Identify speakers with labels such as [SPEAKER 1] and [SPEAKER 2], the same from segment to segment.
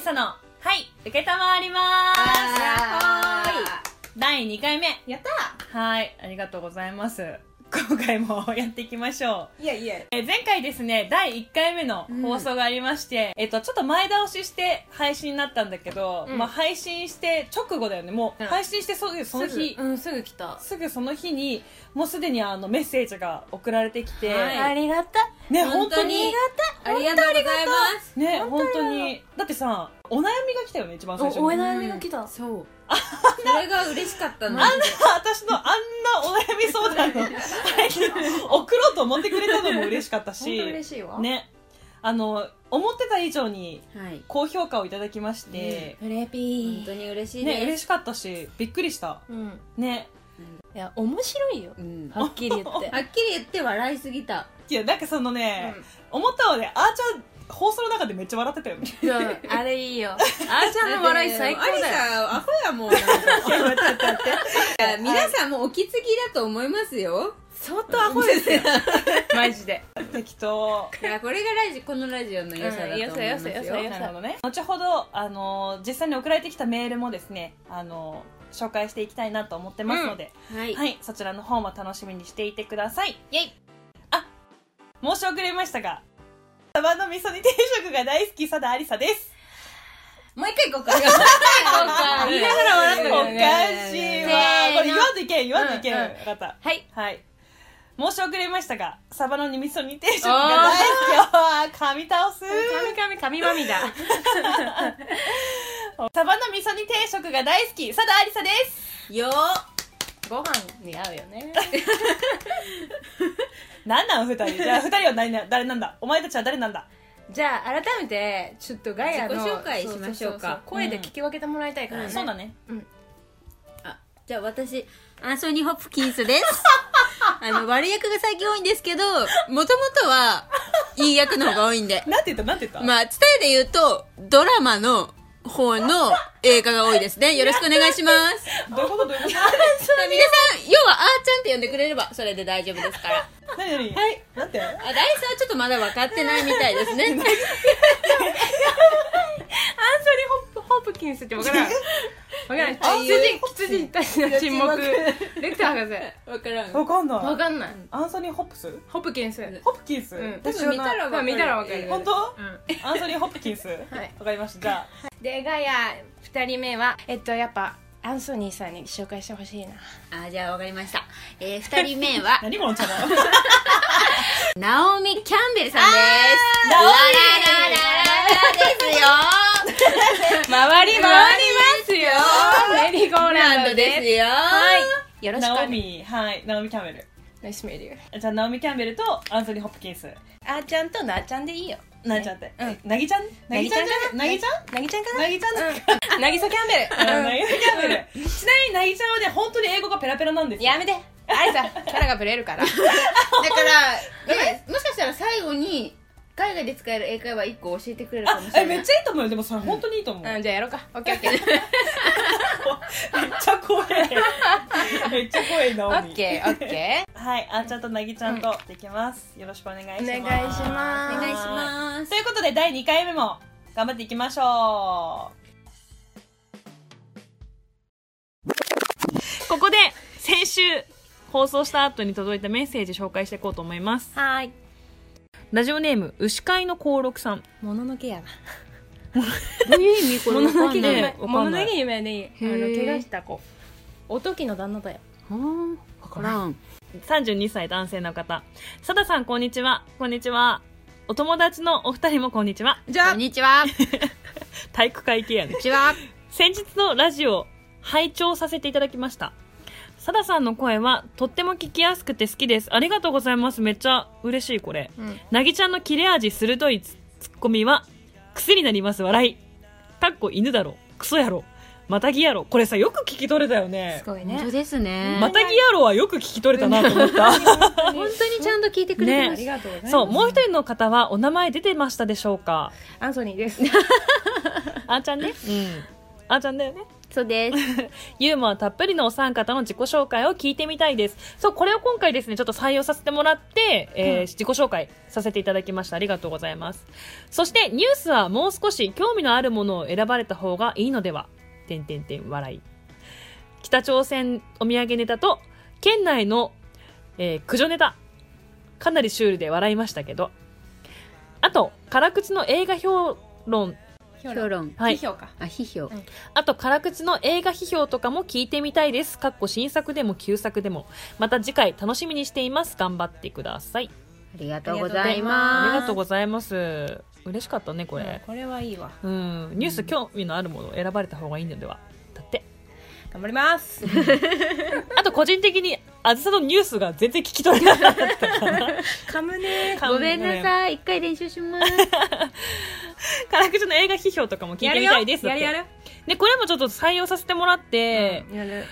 [SPEAKER 1] サのはい受けたまわります
[SPEAKER 2] あー
[SPEAKER 1] やっほーい第2回目
[SPEAKER 2] やった
[SPEAKER 1] はいありがとうございます今回もやっていきましょう
[SPEAKER 2] いやいや
[SPEAKER 1] えー前回ですね第1回目の放送がありまして、えっとちょっと前倒しして配信になったんだけど、
[SPEAKER 3] うん
[SPEAKER 1] まあ、配信して直後だよねもう
[SPEAKER 3] うん
[SPEAKER 1] 配信してそ,、その
[SPEAKER 3] すぐ
[SPEAKER 1] 日
[SPEAKER 3] うんすぐ来た
[SPEAKER 1] すぐその日にもうすでにあのメッセージが送られてきて、
[SPEAKER 3] はいあ
[SPEAKER 2] りがた
[SPEAKER 1] ね本
[SPEAKER 3] 本
[SPEAKER 1] 当
[SPEAKER 3] 当
[SPEAKER 1] に
[SPEAKER 3] に
[SPEAKER 2] ありがとうございます
[SPEAKER 1] ね本当にだってさお悩みが来たよね一番最初に
[SPEAKER 2] おお悩みが来た、
[SPEAKER 3] そう
[SPEAKER 2] それが嬉しかったの
[SPEAKER 1] あんな私のあんなお悩み相 談の配信送ろうと思ってくれたのも嬉しかった
[SPEAKER 2] 本
[SPEAKER 1] し
[SPEAKER 2] 当嬉しいわ
[SPEAKER 1] ねあの思ってた以上に
[SPEAKER 3] はい
[SPEAKER 1] 高評価をいただきまして、
[SPEAKER 3] フレ
[SPEAKER 2] 本
[SPEAKER 3] ピ
[SPEAKER 2] 当に嬉しい
[SPEAKER 1] ね
[SPEAKER 2] です、
[SPEAKER 1] 嬉しかったしびっくりした
[SPEAKER 3] うん
[SPEAKER 1] ね
[SPEAKER 3] いや面白いよ
[SPEAKER 2] うん
[SPEAKER 3] はっきり言 って
[SPEAKER 2] はっきり言って笑いすぎた、
[SPEAKER 1] いやなんかその
[SPEAKER 2] うん
[SPEAKER 1] ね、思ったわねあーちゃん放送の中でめっちゃ笑ってたよね
[SPEAKER 3] うんあれいいよあーちゃんの笑い最高だよ
[SPEAKER 2] よアホやもんなんか
[SPEAKER 1] いや待って待って
[SPEAKER 2] いや皆さんもお気づきだと思いますよ
[SPEAKER 3] 相当アホですよマジで
[SPEAKER 1] 待って適当
[SPEAKER 2] いやこれがラジこのラジオの良さだと思いますよ,、
[SPEAKER 3] うん良さ良さ良さ良さ
[SPEAKER 1] なるほどね後ほど、あのー実際に送られてきたメールもですね、あのー紹介していきたいなと思ってますので、
[SPEAKER 2] はい、
[SPEAKER 1] はい、そちらの方も楽しみにしていてください
[SPEAKER 3] イェイ
[SPEAKER 1] あ申し遅れましたがサバの味噌煮定食が大好き佐田ありさです
[SPEAKER 2] もう一回行こ うか
[SPEAKER 3] か
[SPEAKER 2] 言い
[SPEAKER 3] 言い
[SPEAKER 2] なが
[SPEAKER 3] なが
[SPEAKER 2] ら
[SPEAKER 3] ら
[SPEAKER 2] 笑
[SPEAKER 3] 笑
[SPEAKER 2] っ
[SPEAKER 1] お
[SPEAKER 2] も
[SPEAKER 3] ったたも
[SPEAKER 1] か
[SPEAKER 2] ん
[SPEAKER 1] しい
[SPEAKER 3] せー
[SPEAKER 1] わ
[SPEAKER 3] の
[SPEAKER 1] これ言わんといけん言わんといけん、
[SPEAKER 3] うんうん
[SPEAKER 1] 分かった
[SPEAKER 3] はい
[SPEAKER 1] はい申し遅れましたがサバの味噌煮定食が大好きよ噛み倒す
[SPEAKER 3] 神々神々だ
[SPEAKER 1] サバの味噌煮定食が大好き佐田ありさです
[SPEAKER 2] よ
[SPEAKER 3] ご飯に合うよね
[SPEAKER 1] なんなん二人じゃあ二人は何な誰なんだお前たちは誰なんだ
[SPEAKER 3] じゃあ改めてちょっとガイアの
[SPEAKER 2] 自己紹介しましょうか
[SPEAKER 3] そそそ声で聞き分けてもらいたいからね、
[SPEAKER 2] うん
[SPEAKER 1] そうだね
[SPEAKER 2] あじゃあ私アンソニー・ホプキンスです あの悪役が最近多いんですけどもともとはいい役の方が多いんで
[SPEAKER 1] なんて言ったなんて言った、
[SPEAKER 2] まあ伝えで言うとドラマの方の映画が多いですねよろしくお願いします
[SPEAKER 1] どういうことどういうこ
[SPEAKER 2] まあ皆さん要はあーちゃんって呼んでくれればそれで大丈夫ですから
[SPEAKER 1] と何何はいなんて
[SPEAKER 2] あ大さんはちょっとまだ分かってないみたいで すね
[SPEAKER 3] アンソニーホ・ホプキンスって分 からん分から
[SPEAKER 2] あ
[SPEAKER 3] ん羊羊たちの沈 黙
[SPEAKER 1] 沈
[SPEAKER 3] レクター博士
[SPEAKER 2] 分からん
[SPEAKER 1] わかんない
[SPEAKER 3] 分かんない
[SPEAKER 1] アンソニー・ホップス
[SPEAKER 3] ホプキンス
[SPEAKER 1] ホプキンス、
[SPEAKER 3] うん
[SPEAKER 1] 私知ない
[SPEAKER 3] らわかる見たらわかる
[SPEAKER 1] 本当、
[SPEAKER 3] うん
[SPEAKER 1] アンソニー・ホプキ ンスわ、
[SPEAKER 3] い
[SPEAKER 1] かりましたじゃ
[SPEAKER 3] でガヤ2人目はえっとやっぱアンソニーさんに紹介してほしいな
[SPEAKER 2] あじゃあ分かりましたえー、2人目は
[SPEAKER 1] あ何この茶番
[SPEAKER 2] ナオミ・キャンベルさんです
[SPEAKER 1] ナオミ
[SPEAKER 2] ラララララですよ
[SPEAKER 3] 回り回りますよメリーゴー
[SPEAKER 2] ラ
[SPEAKER 3] ラ
[SPEAKER 2] ン
[SPEAKER 3] ン
[SPEAKER 2] ド
[SPEAKER 3] ド
[SPEAKER 2] で
[SPEAKER 3] です
[SPEAKER 2] よ
[SPEAKER 3] はいよろしく
[SPEAKER 1] ナオミはいナオミ・キャンベル
[SPEAKER 3] ナイスメリュ
[SPEAKER 1] じゃあナオミ・キャンベルとアンソニー・ホプキンス
[SPEAKER 3] あーちゃんとなーちゃんでいいよ
[SPEAKER 1] なんちゃって、
[SPEAKER 3] うん
[SPEAKER 1] なぎちゃんなぎちゃんじゃな
[SPEAKER 3] な
[SPEAKER 1] ぎ
[SPEAKER 3] ぎ
[SPEAKER 1] ちゃん
[SPEAKER 3] なぎちゃんかな
[SPEAKER 1] なぎちゃんじゃ
[SPEAKER 3] うん なぎさキャンベル
[SPEAKER 1] あなぎちゃんキャンベルちなみになぎちゃんはね本当に英語がペラペラなんですよ
[SPEAKER 3] やめてあれさキャラがブレるから
[SPEAKER 2] だからでもしかしたら最後に海外で使える英会話1個教えてくれるか
[SPEAKER 1] あ
[SPEAKER 2] もし
[SPEAKER 1] え
[SPEAKER 2] れ
[SPEAKER 1] め
[SPEAKER 2] な
[SPEAKER 1] っ
[SPEAKER 2] い
[SPEAKER 1] ちゃいいと思うよでもそれ本当にいいと思う、
[SPEAKER 3] う
[SPEAKER 1] め
[SPEAKER 3] ん
[SPEAKER 1] っ
[SPEAKER 3] じゃあやろうかオッケーオッケー
[SPEAKER 1] ちゃ怖えめっちゃ怖えナオ
[SPEAKER 3] オ
[SPEAKER 1] ミ
[SPEAKER 3] ッケーオッケ
[SPEAKER 1] はい、あーちゃんとなぎちゃんとできます。よろしくお願いします。
[SPEAKER 3] お願いします
[SPEAKER 2] お願いします
[SPEAKER 1] ということで、第2回目も頑張っていきましょう。ここで、先週放送した後に届いたメッセージ紹介していこうと思います。
[SPEAKER 3] ーはーい
[SPEAKER 1] ラジオネーム、牛飼いの幸六さん。
[SPEAKER 3] もののけやな
[SPEAKER 2] どういう意味こ
[SPEAKER 1] れ
[SPEAKER 2] れ
[SPEAKER 1] わかんない
[SPEAKER 3] 夢
[SPEAKER 1] わかんない
[SPEAKER 3] もののけ夢にあの
[SPEAKER 2] へー
[SPEAKER 3] 怪我した子おときの旦那だよ
[SPEAKER 2] わからん
[SPEAKER 1] 32歳男性の方。さださん、こんにちは。こんにちは。お友達のお二人もこんにちは。
[SPEAKER 3] じゃ
[SPEAKER 2] こんにちはこんに
[SPEAKER 1] 体育会系やね。
[SPEAKER 2] ちは
[SPEAKER 1] 先日のラジオ拝聴させていただきましたサダさんの声はとっても聞きやすくて好きですありがとうございますめっちゃ嬉しいこれ
[SPEAKER 3] うん
[SPEAKER 1] なぎちゃんの切れ味鋭いツツッコミは癖になります笑いかっこ犬だろクソやろまたぎやろこれさよく聞き取れたよね
[SPEAKER 3] すごい
[SPEAKER 2] 本当
[SPEAKER 3] ね
[SPEAKER 2] ですね
[SPEAKER 1] またぎやろはよく聞き取れたなと思った
[SPEAKER 2] 本当にちゃんと聞いてくれてま
[SPEAKER 3] あ
[SPEAKER 2] す
[SPEAKER 3] りがとうございます
[SPEAKER 1] そうもう一人の方はお名前出てましたでしょうか
[SPEAKER 3] アンソニーです
[SPEAKER 1] あーちゃんねうんあーちゃんだよね
[SPEAKER 2] そうです。
[SPEAKER 1] ユーモアたっぷりのお三方の自己紹介を聞いてみたいです。そう、これを今回ですね、ちょっと採用させてもらって、えー自己紹介させていただきました。ありがとうございます。そして、ニュースはもう少し興味のあるものを選ばれた方がいいのではてんてんてん、笑い。北朝鮮お土産ネタと、県内の、えー、駆除ネタ。かなりシュールで笑いましたけど。あと、辛口の映画評論
[SPEAKER 3] 評
[SPEAKER 2] 評論
[SPEAKER 1] はい
[SPEAKER 3] 批評か。
[SPEAKER 2] あ、批評。
[SPEAKER 1] あと、辛口の映画批評とかも聞いてみたいです。かっこ新作でも旧作でも。また次回楽しみにしています。頑張ってください。
[SPEAKER 2] ありがとうございます。
[SPEAKER 1] ありがとう
[SPEAKER 2] ご
[SPEAKER 1] ございます。嬉しかったね、こ
[SPEAKER 3] うん
[SPEAKER 1] れ。
[SPEAKER 3] これはいいわ。
[SPEAKER 1] うん。ニュース興味のあるものを選ばれた方がいいのでは。だって。
[SPEAKER 3] 頑張ります。
[SPEAKER 1] あと、個人的に、あずさのニュースが全然聞き取れなかったから
[SPEAKER 3] 噛むね。
[SPEAKER 1] ご
[SPEAKER 2] ごめんなさい。一回練習し ます。
[SPEAKER 1] 辛口の映画批評とかも聞い
[SPEAKER 3] や
[SPEAKER 1] て
[SPEAKER 3] る
[SPEAKER 1] み
[SPEAKER 3] よ
[SPEAKER 1] たいです。
[SPEAKER 3] やるや
[SPEAKER 1] だって
[SPEAKER 3] る。
[SPEAKER 1] で、これもちょっと採用させてもらって、
[SPEAKER 3] うんやる。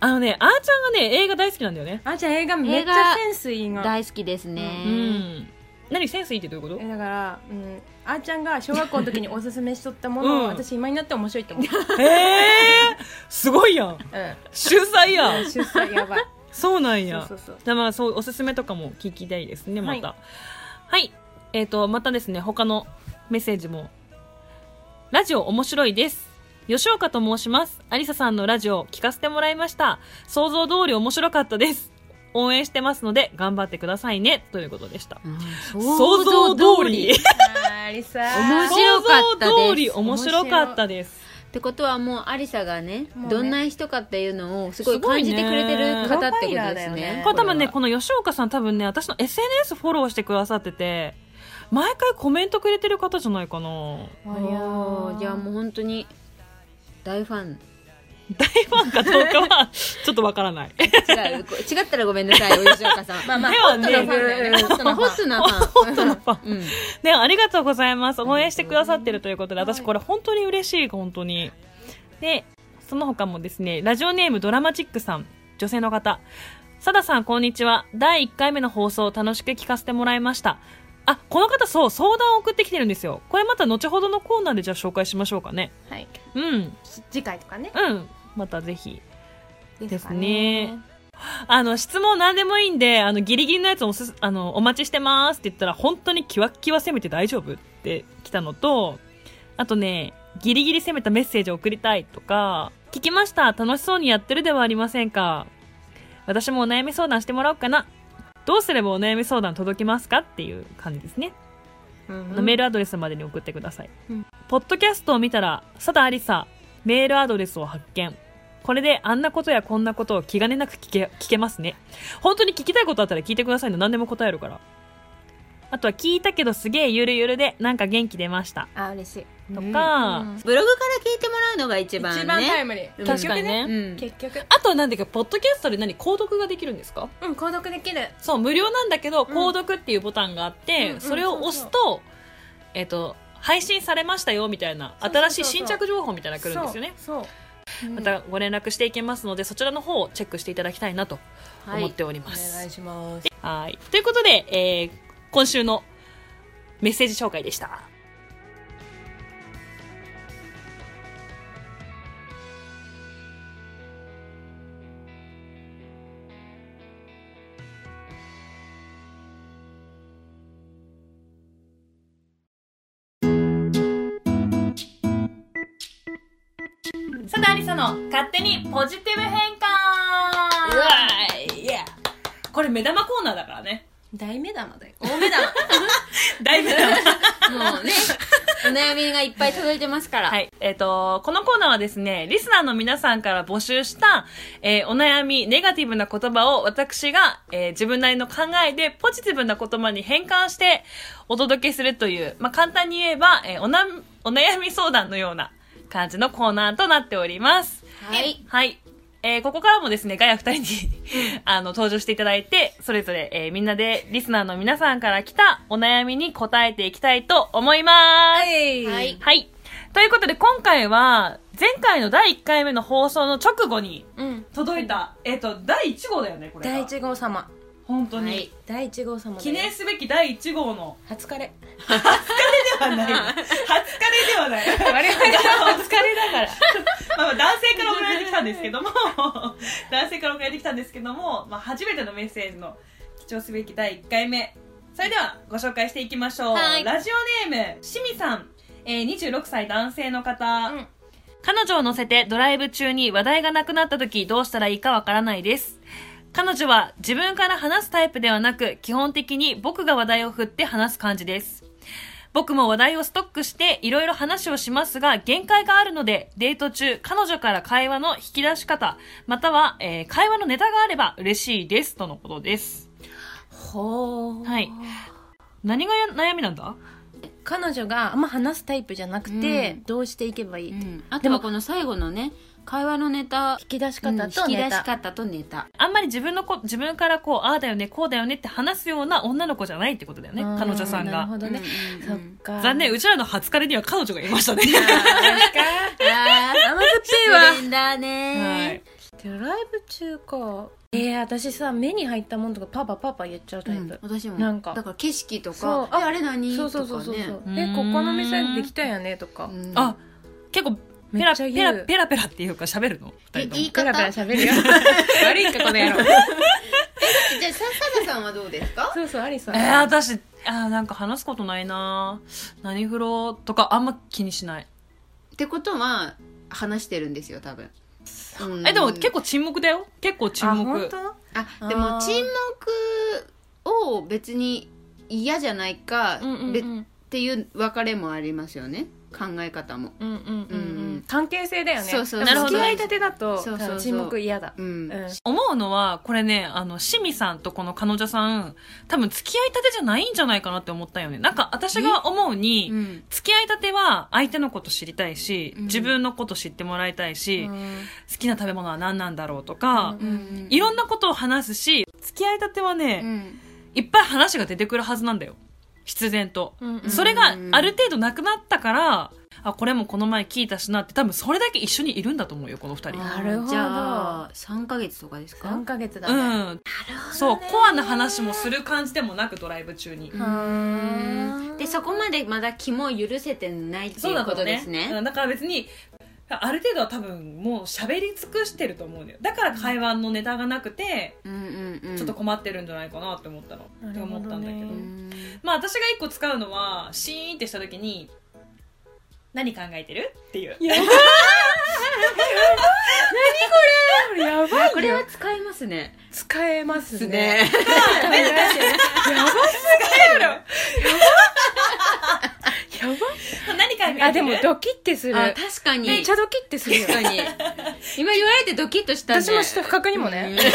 [SPEAKER 1] あのね、あーちゃんがね、映画大好きなんだよね。
[SPEAKER 3] あじゃあ映画めっ
[SPEAKER 2] 映
[SPEAKER 3] ち
[SPEAKER 2] 画
[SPEAKER 3] ゃセンスいいの。
[SPEAKER 2] 大好きです
[SPEAKER 1] う
[SPEAKER 3] う
[SPEAKER 2] ね。
[SPEAKER 1] ん。何センスいいってどういうこと
[SPEAKER 3] えだから、うん、あーちゃんが小学校の時におすすめしとったものを、
[SPEAKER 1] うん
[SPEAKER 3] 私今になって面白いと思う、
[SPEAKER 1] ええすごいやん
[SPEAKER 3] う
[SPEAKER 1] 秀才や
[SPEAKER 3] ん、
[SPEAKER 1] ん
[SPEAKER 3] 出産やばい
[SPEAKER 1] そうなん
[SPEAKER 3] そ
[SPEAKER 1] や
[SPEAKER 3] うそうそう
[SPEAKER 1] だからそうおすすめとかも聞きたいですねま
[SPEAKER 3] はい
[SPEAKER 1] たはい、えっ、とまたですね他のメッセージもラジオ面白いです吉岡と申しますありささんのラジオ聞かせてもらいました想像通り面白かったです応援してますので頑張ってくださいねということでした
[SPEAKER 2] うん
[SPEAKER 1] 想像通り
[SPEAKER 3] あーありさ
[SPEAKER 2] 面白い
[SPEAKER 1] 想
[SPEAKER 2] かったです
[SPEAKER 1] 像通り面白かったです
[SPEAKER 2] ってことはもうアリサがね
[SPEAKER 3] もうね
[SPEAKER 2] どんな人かっていうのをすご
[SPEAKER 1] す
[SPEAKER 2] い
[SPEAKER 1] ごい
[SPEAKER 2] 感
[SPEAKER 1] ね
[SPEAKER 2] じてくれてる方ってこと
[SPEAKER 3] プロファイラー
[SPEAKER 2] で
[SPEAKER 3] だ
[SPEAKER 2] す
[SPEAKER 3] よ
[SPEAKER 2] ね
[SPEAKER 3] ね
[SPEAKER 1] これ多分ね、
[SPEAKER 2] こ
[SPEAKER 1] この吉岡さん多分ね、私の SNS フォローしてくださってて、毎回コメントくれてる方じゃない かな。
[SPEAKER 2] れはおーじゃあもう本当に大ファン
[SPEAKER 1] 大ファンかどうかは、ちょっとわから ない。
[SPEAKER 2] 違うこ違ったらごめんなさ い吉岡さん
[SPEAKER 3] まあまあ
[SPEAKER 1] では
[SPEAKER 3] ホッ
[SPEAKER 1] ね
[SPEAKER 3] トなファンだよ ねホットなフ
[SPEAKER 2] ホ
[SPEAKER 3] ァ
[SPEAKER 2] ットなファン
[SPEAKER 1] ホットなファン。
[SPEAKER 2] うん、
[SPEAKER 1] ね、ありがとうございます。応援してくださってるということで、私これ本当に嬉しい、本当に。で、その他もですね、ラジオネームドラマチックさん、女性の方。サダさん、こんにちは。第1回目の放送を楽しく聞かせてもらいました。あ、この方そう、相談を送ってきてるんですよ。これまた後ほどのコーナーでじゃあ紹介しましょうかね。
[SPEAKER 3] ンはい
[SPEAKER 1] うん。
[SPEAKER 3] 次回とかね
[SPEAKER 1] うん。またぜひ。
[SPEAKER 3] で
[SPEAKER 1] ですね。あの、質問何でもいいんで、あの、ギリギリのやつおすす、あの、お待ちしてますって言ったら、本当にキワッキワ攻めて大丈夫って来たのと、あとね、ギリギリ攻めたメッセージを送りたいとか、聞きました楽しそうにやってるではありませんか私もお悩み相談してもらおうかなどうすればお悩み相談届きますかっていう感じですね。
[SPEAKER 3] うん
[SPEAKER 1] のメールアドレスまでに送ってください、
[SPEAKER 3] うん
[SPEAKER 1] ポッドキャストを見たらさだありさメールアドレスを発見これであんなことやこんなことを気兼ねなく聞け聞けますね本当に聞きたいことあったら聞いてくださいね何でも答えるからあとは聞いたけどすげえゆるゆるでなんか元気出ました
[SPEAKER 3] あー嬉しい
[SPEAKER 1] とか、
[SPEAKER 2] ブログから聞いてもらうのが一番ね
[SPEAKER 3] 一番タイムリー
[SPEAKER 1] 確かにね
[SPEAKER 2] うん、
[SPEAKER 3] 結局ね
[SPEAKER 1] あとなんだけどポッドキャストで何購読ができるんですか
[SPEAKER 3] 結局うん購読できる
[SPEAKER 1] そう無料なんだけど
[SPEAKER 3] うん
[SPEAKER 1] 購読っていうボタンがあって、
[SPEAKER 3] うんうん
[SPEAKER 1] それを押すとえっ、と配信されましたよみたいな
[SPEAKER 3] そうそうそう
[SPEAKER 1] 新しい新着情報みたいなのが来るんですよね
[SPEAKER 3] そうそう
[SPEAKER 1] またご連絡していけますので、そちらの方をチェックしていただきたいなと思っており
[SPEAKER 3] お
[SPEAKER 1] ます。は
[SPEAKER 3] 願
[SPEAKER 1] い
[SPEAKER 3] いします
[SPEAKER 1] ということで、えー今週のメッセージ紹介でした。さて、アリサの勝手にポジティブ変換いやこれ目玉コーナーだからね。
[SPEAKER 3] 大目 玉だよ大目玉
[SPEAKER 1] 大目玉。
[SPEAKER 2] もう ねお悩みがいっぱい届いてますから、
[SPEAKER 1] はい。えっ、と、このコーナーはですね、リスナーの皆さんから募集した、えーお悩み、ネガティブな言葉を私が、えー自分なりの考えでポジティブな言葉に変換してお届けするという、まあ、簡単に言えば、えーおな、お悩み相談のような感じのコーナーとなっております。
[SPEAKER 2] はい
[SPEAKER 1] はい。えーここからもですね、ガヤ二人 に、あの、登場していただいて、それぞれ、えーみんなで、リスナーの皆さんから来たお悩みに答えていきたいと思います。
[SPEAKER 2] はい
[SPEAKER 1] はい。ということで、今回は、前回の第1回目の放送の直後に
[SPEAKER 3] うん
[SPEAKER 1] 届いた、えっ、と、第1号だよね、これが。
[SPEAKER 3] 第一号様
[SPEAKER 1] 本当に、
[SPEAKER 2] はい
[SPEAKER 3] 第一号様だ よ
[SPEAKER 1] 記念すべき第1号の。
[SPEAKER 3] 初カレ
[SPEAKER 4] はないわ。初彼ではない。
[SPEAKER 1] 我々はお疲れだから。
[SPEAKER 4] まあまあ、男性から送られてきたんですけども 男性から送られてきたんですけども、まあ、初めてのメッセージの記帳すべき第1回目それではご紹介していきましょう、
[SPEAKER 2] はい
[SPEAKER 4] ラジオネームしみさん、えー、26歳男性の方、
[SPEAKER 3] うん
[SPEAKER 1] 彼女を乗せてドライブ中に話題がなくなった時どうしたらいいかわからないです。彼女は自分から話すタイプではなく、基本的に僕が話題を振って話す感じです。僕も話題をストックしていろいろ話をしますが、限界があるので、デート中、彼女から会話の引き出し方、または、えー会話のネタがあれば嬉しいです、とのことです。
[SPEAKER 3] ほう
[SPEAKER 1] はい何がや悩みなんだ
[SPEAKER 3] 彼女があんま話すタイプじゃなくて、
[SPEAKER 2] うん
[SPEAKER 3] どうしていけばいい、
[SPEAKER 2] うん、あ
[SPEAKER 3] で
[SPEAKER 2] とは
[SPEAKER 3] も
[SPEAKER 2] この最後のね会話のネタ
[SPEAKER 3] 引き出し
[SPEAKER 2] う
[SPEAKER 3] 方
[SPEAKER 2] ん
[SPEAKER 3] と
[SPEAKER 2] 引き
[SPEAKER 3] ネタ、
[SPEAKER 2] 出し方とネタ
[SPEAKER 1] あんまり自分のこ、自分からこう、ああだよね、こうだよねって話すような女の子じゃないってことだよね、
[SPEAKER 3] う
[SPEAKER 1] 彼女さんが。
[SPEAKER 3] なるほどね、
[SPEAKER 2] うん
[SPEAKER 3] そっか
[SPEAKER 1] 残念、うちらの初彼には彼女がいましたね。
[SPEAKER 2] あー甘酸っぱいわだね
[SPEAKER 3] ドライブ中かえー、私さ目に入ったもんとかパパパパ言っちゃうタイプ、
[SPEAKER 2] 私も
[SPEAKER 3] なんか
[SPEAKER 2] だから景色と
[SPEAKER 3] そう
[SPEAKER 2] かえあれ何
[SPEAKER 3] そうそう
[SPEAKER 2] と
[SPEAKER 3] そ
[SPEAKER 2] か
[SPEAKER 3] うそう、
[SPEAKER 2] ね
[SPEAKER 3] そう
[SPEAKER 1] うん
[SPEAKER 3] えここの店できたんやねとか、
[SPEAKER 2] うん
[SPEAKER 1] あ、結構ペ
[SPEAKER 3] めっ
[SPEAKER 1] ラ
[SPEAKER 3] ちゃ
[SPEAKER 1] ペ
[SPEAKER 3] 言う
[SPEAKER 1] ラペラペラっていうか喋るの二
[SPEAKER 2] え
[SPEAKER 1] 人と
[SPEAKER 2] 言
[SPEAKER 1] も
[SPEAKER 2] い
[SPEAKER 3] ペラ
[SPEAKER 2] 方
[SPEAKER 3] ペラ
[SPEAKER 2] じゃ
[SPEAKER 3] 喋るよ悪いんかこの野郎
[SPEAKER 2] あささださんはどうですか
[SPEAKER 3] そうそうありさ
[SPEAKER 1] えー、私あーなんか話すことないな何風呂とかあんま気にしない、
[SPEAKER 2] ってことは話してるんですよ多分うん
[SPEAKER 1] えでも結構沈黙だよ結構沈
[SPEAKER 3] あ
[SPEAKER 1] 黙
[SPEAKER 3] 本当
[SPEAKER 2] あでも
[SPEAKER 3] あー
[SPEAKER 2] 沈黙を別に嫌じゃないか、
[SPEAKER 3] うんうんう
[SPEAKER 2] べっ
[SPEAKER 3] ん
[SPEAKER 2] ていう別れもありますよね考え方も
[SPEAKER 3] うんうんうんう
[SPEAKER 2] うん
[SPEAKER 3] ん関係性だよね
[SPEAKER 2] そうそう
[SPEAKER 3] でも
[SPEAKER 1] なるほど
[SPEAKER 3] 付き合い立てだと
[SPEAKER 2] そうそうそう
[SPEAKER 3] 沈黙嫌だ
[SPEAKER 2] うん、
[SPEAKER 3] うん
[SPEAKER 1] 思うのはこれねあのシミさんとこの彼女さん多分付き合いたてじゃないんじゃないかなって思ったよねなんか私が思うに、
[SPEAKER 2] うん
[SPEAKER 1] 付き合いたては相手のこと知りたいし、
[SPEAKER 2] うん
[SPEAKER 1] 自分のこと知ってもらいたいし、好きな食べ物は何なんだろうとか、
[SPEAKER 3] うん
[SPEAKER 1] いろ
[SPEAKER 2] ん
[SPEAKER 1] んなことを話すし、付き合いたてはね、
[SPEAKER 2] うん
[SPEAKER 1] いっぱい話が出てくるはずなんだよ。必然と。
[SPEAKER 3] うんうん
[SPEAKER 1] それがある程度なくなったから、あ、これもこの前聞いたしなって、多分それだけ一緒にいるんだと思うよ、この二人。
[SPEAKER 3] なるほど
[SPEAKER 2] じゃあ3ヶ月とかですか
[SPEAKER 3] 3ヶ月だ
[SPEAKER 1] うん。
[SPEAKER 3] ね
[SPEAKER 1] そう、コアな話もする感じでもなく、ドライブ中に。
[SPEAKER 2] う
[SPEAKER 3] ー
[SPEAKER 2] んでそこまでまだ気も許せてないっていうことですね
[SPEAKER 1] うんだから別に、ある程度は多分もう喋り尽くしてると思うのよ。だから会話のネタがなくて、
[SPEAKER 2] うんうんうん
[SPEAKER 1] ちょっと困ってるんじゃないかなって思ったの。
[SPEAKER 3] な
[SPEAKER 1] って
[SPEAKER 3] るほど
[SPEAKER 1] 思
[SPEAKER 3] ね
[SPEAKER 1] ったんだけど
[SPEAKER 2] う。ん
[SPEAKER 1] まあ私が一個使うのは、シーンってした時に、何考えてるっていう。
[SPEAKER 3] やばいよ
[SPEAKER 2] これは使いますね
[SPEAKER 3] 使えますね や
[SPEAKER 1] 何考えてる
[SPEAKER 3] ばいあでもドキッてする
[SPEAKER 2] あ確かに
[SPEAKER 3] めっちゃドキッてするよ
[SPEAKER 2] 確 かに今言われてドキッとしたね
[SPEAKER 3] 私もした不覚にも
[SPEAKER 2] う
[SPEAKER 3] ね、
[SPEAKER 2] ん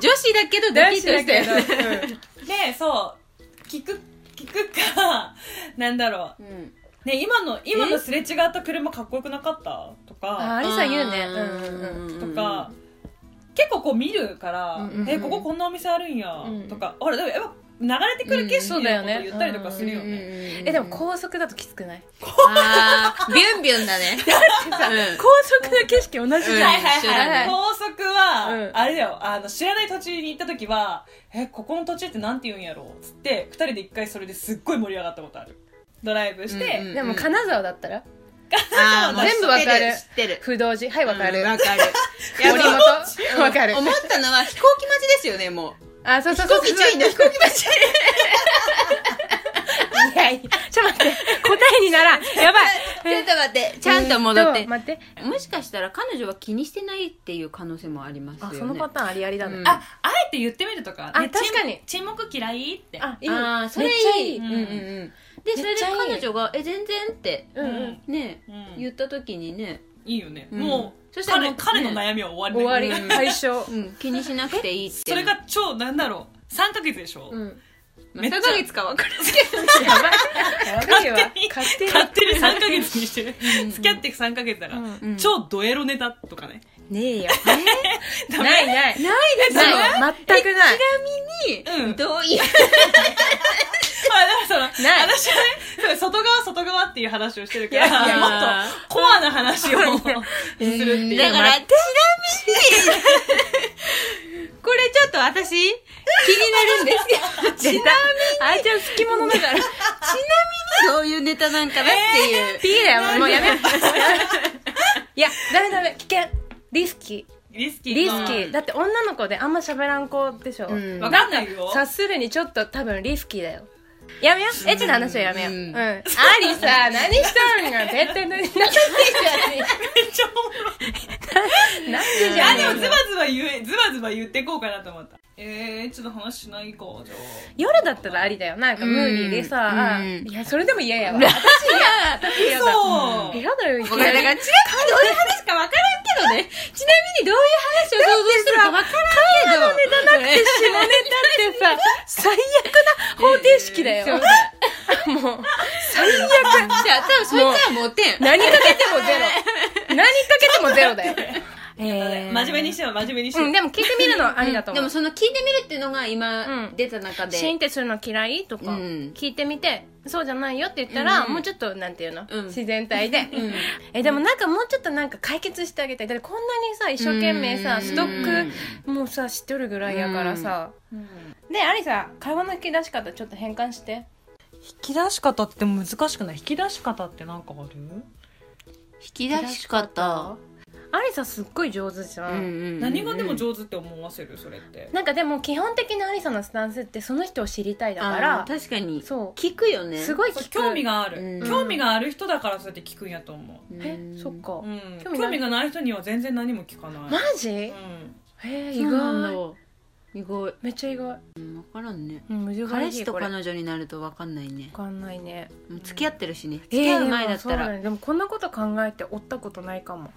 [SPEAKER 2] 女子だけどドキッとしたよね
[SPEAKER 1] でそう聞く聞くかなんだろ
[SPEAKER 2] うん
[SPEAKER 1] うね今の今のすれ違った車かっこよくなかったと
[SPEAKER 3] あ
[SPEAKER 1] か
[SPEAKER 3] ありさ言うね
[SPEAKER 2] うんうん
[SPEAKER 1] とか、結構こう見るから、
[SPEAKER 2] うんうんうん
[SPEAKER 1] えこここんなお店あるんや、
[SPEAKER 3] うん
[SPEAKER 1] とかあれでもやっぱ流れてくる景色
[SPEAKER 3] うんそう
[SPEAKER 1] のこ
[SPEAKER 3] だよ
[SPEAKER 1] と
[SPEAKER 3] ね
[SPEAKER 1] 言ったりとかするよね,、
[SPEAKER 2] え
[SPEAKER 3] えでも高速だときつくない
[SPEAKER 2] あービュンビュンだねうん
[SPEAKER 3] 高速の景色同じじゃん、
[SPEAKER 2] う
[SPEAKER 1] はいはい
[SPEAKER 2] ん
[SPEAKER 1] はい、
[SPEAKER 2] 一緒だね
[SPEAKER 1] 高速は、
[SPEAKER 3] うん
[SPEAKER 1] あれだよあの知らない土地に行った時はえここの土地ってなんて言うんやろうつって2人で1回それですっごい盛り上がったことあるドライブして、
[SPEAKER 2] うんうん
[SPEAKER 3] でも金沢だったら
[SPEAKER 2] あーもう
[SPEAKER 3] 全部わ
[SPEAKER 2] 知っ
[SPEAKER 3] かる
[SPEAKER 2] てる知ってる
[SPEAKER 3] 不動寺はいわかる、
[SPEAKER 2] うんわかる
[SPEAKER 3] 森本わかる
[SPEAKER 2] 思ったのは飛行機待ちですよねもう
[SPEAKER 3] あそうそう
[SPEAKER 2] 飛
[SPEAKER 3] そう
[SPEAKER 2] 行機注意の飛行機待ち
[SPEAKER 3] いやいやちょっと待って答えにならんやばい
[SPEAKER 2] ちょっと待って ちゃんと戻っ
[SPEAKER 3] え
[SPEAKER 2] て
[SPEAKER 3] と待って
[SPEAKER 2] もしかしたら彼女は気にしてないっていう可能性もありますよ
[SPEAKER 3] あ
[SPEAKER 2] ね
[SPEAKER 3] そのパターンありありだね、
[SPEAKER 2] うん
[SPEAKER 1] ああえて言ってみるとか、
[SPEAKER 3] あ
[SPEAKER 1] ね
[SPEAKER 3] 確かに
[SPEAKER 1] 沈黙沈黙嫌いって
[SPEAKER 3] あいい
[SPEAKER 2] あーそれ
[SPEAKER 3] めっちゃ
[SPEAKER 2] いい
[SPEAKER 3] いい
[SPEAKER 2] うんんうんうんでそ
[SPEAKER 3] め
[SPEAKER 2] れ
[SPEAKER 3] っ
[SPEAKER 2] で
[SPEAKER 3] ちゃいい
[SPEAKER 2] 彼女が「え全然」って
[SPEAKER 3] うんうん、
[SPEAKER 2] ね
[SPEAKER 1] うん
[SPEAKER 2] 言った時にね、
[SPEAKER 1] いいよね、
[SPEAKER 2] うん
[SPEAKER 1] もう
[SPEAKER 2] そしたら
[SPEAKER 1] 彼
[SPEAKER 2] もう
[SPEAKER 1] 彼の
[SPEAKER 2] ね
[SPEAKER 1] 悩みは終わ
[SPEAKER 3] 終
[SPEAKER 1] りだ
[SPEAKER 3] わ
[SPEAKER 1] よ
[SPEAKER 3] り
[SPEAKER 2] うん
[SPEAKER 3] 解消
[SPEAKER 2] うん、気にしなくていいって
[SPEAKER 1] それが超なんだろう3ヶ月でしょ、
[SPEAKER 3] うん
[SPEAKER 2] 何ヶ月か分からないけど
[SPEAKER 3] やばいやばいわ勝手に
[SPEAKER 1] 勝手に3ヶ月にしてる付き合っていく3ヶ月だから、
[SPEAKER 3] うん
[SPEAKER 2] うん
[SPEAKER 1] 超ドエロネタとかね
[SPEAKER 3] ねえよ
[SPEAKER 1] ダメ
[SPEAKER 3] ないない
[SPEAKER 2] ないですよ
[SPEAKER 3] ない全くない
[SPEAKER 2] ちなみに、
[SPEAKER 1] うん
[SPEAKER 2] どういう
[SPEAKER 1] あだからその
[SPEAKER 3] ない
[SPEAKER 1] 私はねその外側外側っていう話をしてるから
[SPEAKER 3] いやいや
[SPEAKER 1] もっとコアな 話をするっていう
[SPEAKER 2] だから、ちなみに、 これちょっと私、気になるんですけど、ちなみに、
[SPEAKER 3] あいちゃん好き者だから
[SPEAKER 2] どそういうネタなんかなっていう。
[SPEAKER 3] ピーだよ、もうやめ。いや、ダメダメ、危険。リスキー。
[SPEAKER 1] リスキー
[SPEAKER 3] リ
[SPEAKER 1] か
[SPEAKER 3] スキー。だって女の子であんま喋らん子でしょ。
[SPEAKER 2] うん
[SPEAKER 1] わかんないよ
[SPEAKER 3] 察するにちょっと多分リスキーだよ。やめよう。エッチな話はやめよう。
[SPEAKER 2] う
[SPEAKER 3] うんん。ありさ、何したんが絶対何してんじ
[SPEAKER 1] めっちゃおもろい
[SPEAKER 3] ゃん。なんでじゃ
[SPEAKER 1] あ
[SPEAKER 3] ん。
[SPEAKER 1] でもズバズバ言えズバズバ言ってこうかなと思ったえー、ちょっと話しないかじゃあ
[SPEAKER 3] 夜だったらありだよ。なんかムービーで
[SPEAKER 2] うん
[SPEAKER 3] さ、あ
[SPEAKER 2] うん
[SPEAKER 3] いや、それでも嫌やわ。私嫌だ。私嫌だ。
[SPEAKER 1] そう
[SPEAKER 3] 嫌だよ、嫌
[SPEAKER 2] これだから違うどういう話か分からんけどね。ちなみにどういう話を想像してるか分からんけど。
[SPEAKER 3] だって下ネタってさ、最悪な方程式だ
[SPEAKER 2] そう
[SPEAKER 3] よ。
[SPEAKER 2] だ。
[SPEAKER 3] もう、
[SPEAKER 2] じゃあ多分そいつはもう点。
[SPEAKER 3] 何かけてもゼ ロ。何かけてもゼロだよ。え
[SPEAKER 1] 真面目にしてよ真面目にして
[SPEAKER 3] う
[SPEAKER 1] よ、
[SPEAKER 3] ん、でも聞いてみるのありだと
[SPEAKER 2] で
[SPEAKER 3] 思
[SPEAKER 2] も。
[SPEAKER 3] う
[SPEAKER 2] その聞いてみるっていうのが今
[SPEAKER 3] うん
[SPEAKER 2] 出た中で。
[SPEAKER 3] シーンってするの嫌いとか
[SPEAKER 2] うん
[SPEAKER 3] 聞いてみて、そうじゃないよって言ったら、
[SPEAKER 2] うん
[SPEAKER 3] もうちょっとなんていうの、
[SPEAKER 2] うん
[SPEAKER 3] 自然体で、
[SPEAKER 2] うん
[SPEAKER 3] えでもなんかもうちょっとなんか解決してあげたいだってこんなにさ一生懸命さ、
[SPEAKER 2] うん
[SPEAKER 3] ストックもうさ知っとるぐらいやからさ、でありさ会話の引き出し方ちょっと変換して
[SPEAKER 5] 引き出し方って難しくない引き出し方ってなんかある
[SPEAKER 2] 引き出し方。
[SPEAKER 3] ありさすっごい上手じゃん、
[SPEAKER 1] 何がでも上手って思わせるそれって
[SPEAKER 3] なんかでも基本的なありさのスタンスってその人を知りたいだか
[SPEAKER 2] あ
[SPEAKER 3] ら
[SPEAKER 2] ー確かに
[SPEAKER 3] そう
[SPEAKER 2] 聞くよね
[SPEAKER 3] すごい
[SPEAKER 1] そう
[SPEAKER 3] 聞く
[SPEAKER 1] 興味がある、
[SPEAKER 2] うん
[SPEAKER 1] 興味がある人だからそうやって聞くんやと思う、
[SPEAKER 2] うん
[SPEAKER 3] えそっか、
[SPEAKER 1] うん、興味
[SPEAKER 3] 興味ない
[SPEAKER 1] がない人には全然何も聞かない、
[SPEAKER 3] マジ、
[SPEAKER 1] う
[SPEAKER 3] へ
[SPEAKER 1] ん、
[SPEAKER 3] え
[SPEAKER 2] 意
[SPEAKER 3] 意外
[SPEAKER 2] 外意外
[SPEAKER 3] めっちゃ意外、
[SPEAKER 2] 分からんね
[SPEAKER 3] うん、難しい
[SPEAKER 2] 彼氏と
[SPEAKER 3] これ
[SPEAKER 2] 彼女になると分かんないね
[SPEAKER 3] わかんないね
[SPEAKER 2] もう付き合ってるしね付
[SPEAKER 3] え
[SPEAKER 2] き合う前だった
[SPEAKER 3] でもそう
[SPEAKER 2] ら
[SPEAKER 3] ねでもこんなこと考えて追ったことないかも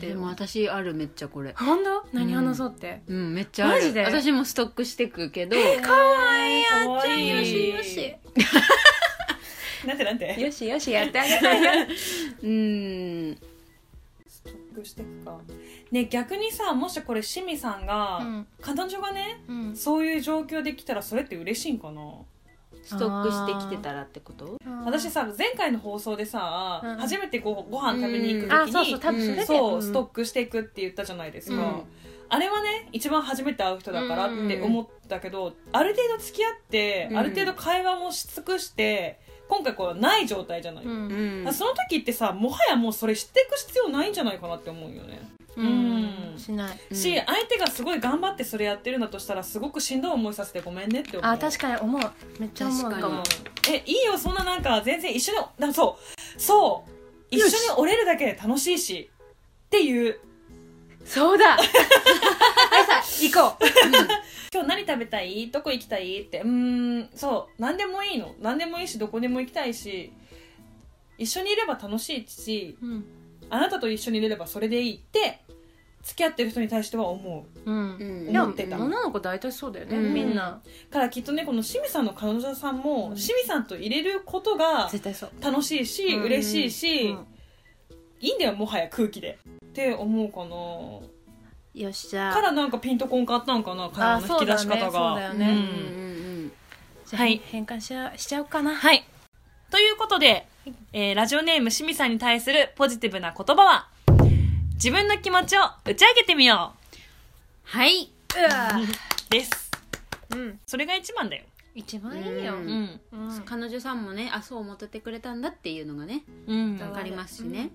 [SPEAKER 2] でも私あるめっちゃこれ
[SPEAKER 3] 本当何話そうって、
[SPEAKER 2] うんめっちゃある
[SPEAKER 3] マジで
[SPEAKER 2] 私もストックしてくけど
[SPEAKER 3] かわいい
[SPEAKER 1] かわいい
[SPEAKER 2] よしよ
[SPEAKER 3] し
[SPEAKER 1] なんてなんて
[SPEAKER 3] よしよしやってあげたいな
[SPEAKER 2] うん
[SPEAKER 1] ストックしていくかね逆にさもしこれシミさんが、
[SPEAKER 3] うん
[SPEAKER 1] 彼女がね
[SPEAKER 3] うん
[SPEAKER 1] そういう状況できたらそれって嬉しいんかな
[SPEAKER 2] ストックしてきてたらってこと
[SPEAKER 1] 私さ前回の放送でさ、
[SPEAKER 3] うん
[SPEAKER 1] 初めてごご飯食べに行く時に、
[SPEAKER 3] あそうそう多分それで
[SPEAKER 1] そう、
[SPEAKER 3] ん
[SPEAKER 1] ストックしていくって言ったじゃないですか、
[SPEAKER 2] うん
[SPEAKER 1] あれはね一番初めて会う人だからって思ったけど、ある程度付き合って、
[SPEAKER 2] うん
[SPEAKER 1] ある程度会話もし尽くして今回こうない状態じゃない、
[SPEAKER 3] うん
[SPEAKER 2] う
[SPEAKER 3] うん
[SPEAKER 2] ん
[SPEAKER 1] その時ってさもはやもうそれ知っていく必要ないんじゃないかなって思うよね、うん
[SPEAKER 3] しない
[SPEAKER 2] うん
[SPEAKER 1] し相手がすごい頑張ってそれやってるんだとしたらすごくしんどい思いさせてごめんねって思う
[SPEAKER 3] あ確かに思うめっちゃ思うか
[SPEAKER 2] 確か
[SPEAKER 3] も
[SPEAKER 2] に
[SPEAKER 1] えいいよそんななんか全然一緒にだそうそう一緒に折れるだけで楽しいしっていう
[SPEAKER 3] そうだはいさ行こう
[SPEAKER 1] 今日何食べたいどこ行きたいってうーんそう何でもいいの何でもいいしどこでも行きたいし一緒にいれば楽しいし
[SPEAKER 3] うん
[SPEAKER 1] あなたと一緒にいればそれでいいって付き合ってる人に対しては思う
[SPEAKER 3] うん
[SPEAKER 2] うん
[SPEAKER 3] でも
[SPEAKER 1] 思ってた
[SPEAKER 3] 女の子大体そうだよね、
[SPEAKER 2] うん
[SPEAKER 3] みんな
[SPEAKER 1] からきっとねこの清水さんの彼女さんも、
[SPEAKER 3] うん
[SPEAKER 1] 清水さんと入れることが
[SPEAKER 3] 絶対そう
[SPEAKER 1] 楽しいし、
[SPEAKER 3] うん
[SPEAKER 1] 嬉しいし、
[SPEAKER 3] うん
[SPEAKER 1] いいんだよもはや空気でって思うかな
[SPEAKER 2] よっしゃ
[SPEAKER 1] からなんかピンとこんかったんかな会話の引き出し方
[SPEAKER 3] あそうだ
[SPEAKER 1] が。
[SPEAKER 3] よ
[SPEAKER 2] うんう
[SPEAKER 3] ね
[SPEAKER 2] ん
[SPEAKER 3] そうだよね
[SPEAKER 2] うん
[SPEAKER 3] じゃあ
[SPEAKER 5] はい
[SPEAKER 3] 変換しちゃしちゃおうかな
[SPEAKER 5] はい。ということで、えーラジオネームしみさんに対するポジティブな言葉は、自分の気持ちを打ち上げてみよ
[SPEAKER 2] はい
[SPEAKER 5] うです。
[SPEAKER 3] うん
[SPEAKER 5] それが一番だよ。
[SPEAKER 3] 一番いいよ、
[SPEAKER 2] う
[SPEAKER 5] うんん。
[SPEAKER 3] うん
[SPEAKER 2] 彼女さんもねあそう思っててくれたんだっていうのがね
[SPEAKER 5] うん。
[SPEAKER 2] わかりますしね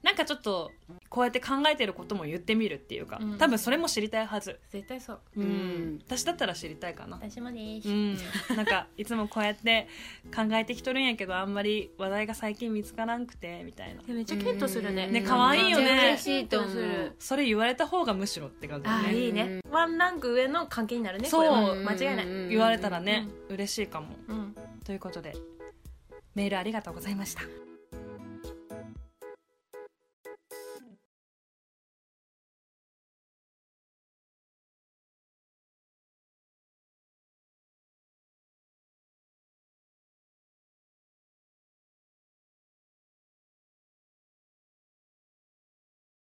[SPEAKER 5] なんかちょっと、こうやって考えてることも言ってみるっていうか、
[SPEAKER 3] うん
[SPEAKER 5] 多分それも知りたいはず。
[SPEAKER 3] 絶対そう
[SPEAKER 5] うん。
[SPEAKER 2] うん
[SPEAKER 5] 私だったら知りたいかな。
[SPEAKER 3] 私もで
[SPEAKER 5] う
[SPEAKER 3] す
[SPEAKER 5] ん、なんかいつもこうやって考えてきとるんやけどあんまり話題が最近見つからんくてみたいな
[SPEAKER 3] めっちゃキュンとするね
[SPEAKER 2] うんね
[SPEAKER 5] 可愛いよね
[SPEAKER 3] めっちゃ
[SPEAKER 2] 嬉しいと思う
[SPEAKER 3] キュンとする
[SPEAKER 5] それ言われた方がむしろって感じだ
[SPEAKER 3] ああ
[SPEAKER 5] ね
[SPEAKER 3] いいねワンランク上の関係になるね
[SPEAKER 5] そう
[SPEAKER 3] これは間違いない
[SPEAKER 2] うん
[SPEAKER 5] 言われたらね、嬉しいかも
[SPEAKER 3] うん
[SPEAKER 5] ということでメールありがとうございました